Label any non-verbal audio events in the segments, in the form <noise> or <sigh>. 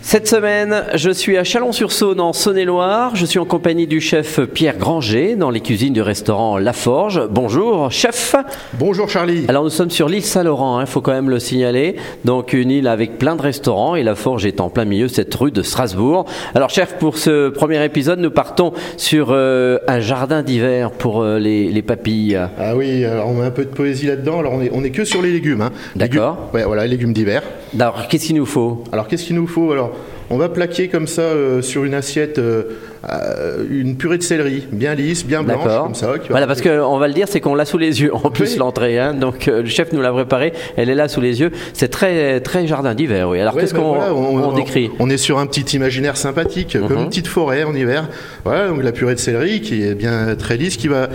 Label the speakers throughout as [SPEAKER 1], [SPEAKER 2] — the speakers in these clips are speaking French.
[SPEAKER 1] Cette semaine, je suis à Chalon-sur-Saône en Saône-et-Loire. Je suis en compagnie du chef Pierre Granger dans les cuisines du restaurant La Forge. Bonjour, chef.
[SPEAKER 2] Bonjour Charlie.
[SPEAKER 1] Alors nous sommes sur l'île Saint-Laurent, il faut quand même le signaler. Donc une île avec plein de restaurants et La Forge est en plein milieu de cette rue de Strasbourg. Alors chef, pour ce premier épisode, nous partons sur euh, un jardin d'hiver pour euh, les, les papilles.
[SPEAKER 2] Ah oui, alors on met un peu de poésie là-dedans. Alors on est, on est que sur les légumes. hein.
[SPEAKER 1] D'accord.
[SPEAKER 2] Légumes- Ouais, voilà, légumes d'hiver.
[SPEAKER 1] Alors qu'est-ce qu'il nous faut
[SPEAKER 2] Alors qu'est-ce qu'il nous faut Alors on va plaquer comme ça euh, sur une assiette euh, euh, une purée de céleri, bien lisse, bien blanche,
[SPEAKER 1] D'accord.
[SPEAKER 2] comme ça. qui va-
[SPEAKER 1] Voilà, parce qu'on va le dire, c'est qu'on l'a sous les yeux. En plus,
[SPEAKER 2] Oui.
[SPEAKER 1] l'entrée, hein. donc euh, le chef nous l'a préparée. Elle est là sous les yeux. C'est très, très jardin d'hiver. Oui. Alors,
[SPEAKER 2] Ouais,
[SPEAKER 1] qu'est-ce
[SPEAKER 2] ben
[SPEAKER 1] qu'on
[SPEAKER 2] voilà,
[SPEAKER 1] on, décrit Mhm.
[SPEAKER 2] On est sur un petit imaginaire sympathique, comme une petite forêt en hiver. Voilà, donc la purée de céleri qui est bien très lisse, qui va.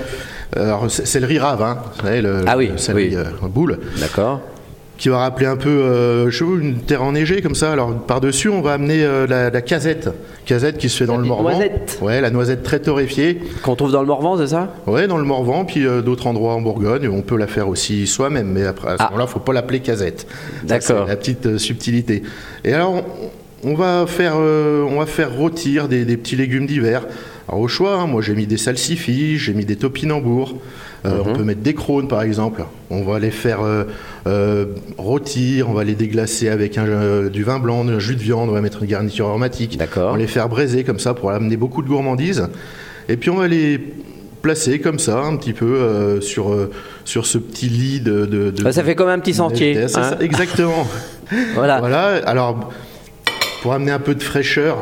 [SPEAKER 2] euh, Alors, c- céleri rave, hein. Vous savez, le,
[SPEAKER 1] Ah oui,
[SPEAKER 2] le céleri
[SPEAKER 1] oui.
[SPEAKER 2] euh, boule.
[SPEAKER 1] D'accord.
[SPEAKER 2] qui va rappeler un peu, euh, je sais pas, une terre enneigée comme ça. Alors par-dessus, on va amener euh, la, la casette, casette qui se fait dans le
[SPEAKER 1] petite
[SPEAKER 2] Morvan.
[SPEAKER 1] noisette.
[SPEAKER 2] Ouais, la noisette très torréfiée.
[SPEAKER 1] Qu'on trouve dans le Morvan, c'est ça
[SPEAKER 2] Ouais, dans le Morvan, puis euh, d'autres endroits en Bourgogne, on peut la faire aussi soi-même, mais après, à ce
[SPEAKER 1] Ah.
[SPEAKER 2] moment-là, faut pas l'appeler casette. Ça,
[SPEAKER 1] D'accord.
[SPEAKER 2] c'est La petite euh, subtilité. Et alors, on, on va faire, euh, on va faire rôtir des, des petits légumes d'hiver. Alors au choix, hein, moi j'ai mis des salsifis, j'ai mis des topinambours. Euh,
[SPEAKER 1] Mhm.
[SPEAKER 2] On peut mettre des crônes par exemple. On va les faire euh, euh, rôtir, on va les déglacer avec un, euh, du vin blanc, un jus de viande, on va mettre une garniture aromatique.
[SPEAKER 1] D'accord.
[SPEAKER 2] On les faire braiser comme ça pour amener beaucoup de gourmandise. Et puis on va les placer comme ça un petit peu euh, sur, euh, sur ce petit lit de... de- de-
[SPEAKER 1] Bah, Ça fait comme un petit sentier.
[SPEAKER 2] C'est ça,
[SPEAKER 1] hein. <laughs> Bah.
[SPEAKER 2] Exactement.
[SPEAKER 1] Voilà.
[SPEAKER 2] Voilà, alors pour amener un peu de fraîcheur,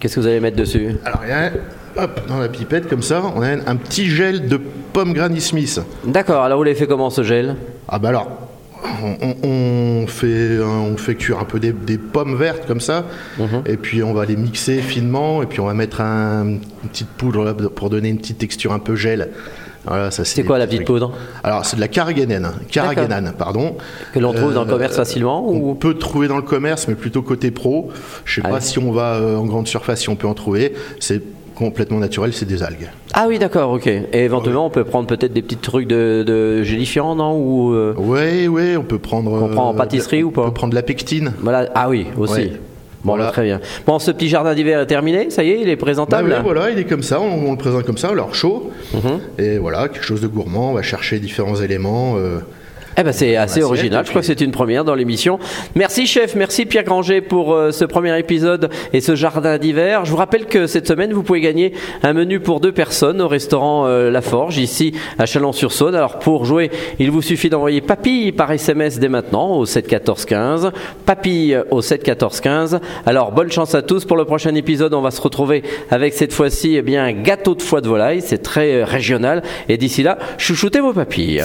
[SPEAKER 1] Qu'est-ce que vous allez mettre dessus
[SPEAKER 2] alors il y a, hop, dans la pipette comme ça, on a un, un petit gel de pomme Granny Smith.
[SPEAKER 1] D'accord. Alors, vous l'avez fait comment ce gel
[SPEAKER 2] Ah bah alors, on, on- on fait, euh, on fait cuire un peu des, des pommes vertes comme ça,
[SPEAKER 1] Mhm.
[SPEAKER 2] et puis on va les mixer finement, et puis on va mettre un- une petite poudre là pour donner une petite texture un peu gel. Voilà, ça,
[SPEAKER 1] C'est
[SPEAKER 2] des
[SPEAKER 1] quoi la
[SPEAKER 2] petits
[SPEAKER 1] petite
[SPEAKER 2] trucs.
[SPEAKER 1] poudre
[SPEAKER 2] Alors c'est de la carragénane, carragénane, pardon.
[SPEAKER 1] Que l'on trouve dans le
[SPEAKER 2] Euh,
[SPEAKER 1] commerce facilement
[SPEAKER 2] On
[SPEAKER 1] ou...
[SPEAKER 2] peut trouver dans le commerce, mais plutôt côté pro. Je ne sais
[SPEAKER 1] Ah
[SPEAKER 2] pas
[SPEAKER 1] oui.
[SPEAKER 2] si on va euh, en grande surface, si on peut en trouver. C'est complètement naturel, c'est des algues.
[SPEAKER 1] Ah oui, d'accord, ok. Et éventuellement, on peut prendre peut-être des petits trucs de, de gélifiant, non ou, euh,
[SPEAKER 2] Ouais, ouais, on peut prendre.
[SPEAKER 1] Qu'on prend en pâtisserie
[SPEAKER 2] de-
[SPEAKER 1] ou pas
[SPEAKER 2] On peut prendre de la pectine.
[SPEAKER 1] Voilà. Ah oui, aussi.
[SPEAKER 2] Ouais.
[SPEAKER 1] Bon,
[SPEAKER 2] Voilà.
[SPEAKER 1] bah, très bien. Bon, ce petit jardin d'hiver est terminé, ça y est, il est
[SPEAKER 2] Bah
[SPEAKER 1] présentable.
[SPEAKER 2] ouais, voilà, il est comme ça, on, on le présente comme ça, alors chaud.
[SPEAKER 1] Mhm.
[SPEAKER 2] Et voilà, quelque chose de gourmand, on va chercher différents éléments. euh.
[SPEAKER 1] Eh ben, c'est assez
[SPEAKER 2] Assiette,
[SPEAKER 1] original, je crois que c'est une première dans l'émission. Merci chef, merci Pierre Granger pour euh, ce premier épisode et ce jardin d'hiver. Je vous rappelle que cette semaine, vous pouvez gagner un menu pour deux personnes au restaurant euh, La Forge, ici à Chalon-sur-Saône. Alors pour jouer, il vous suffit d'envoyer papille par SMS dès maintenant au 7 14 15, papille euh, au 7 14 15. Alors bonne chance à tous pour le prochain épisode, on va se retrouver avec cette fois-ci eh bien un gâteau de foie de volaille, c'est très euh, régional et d'ici là, chouchoutez vos papilles.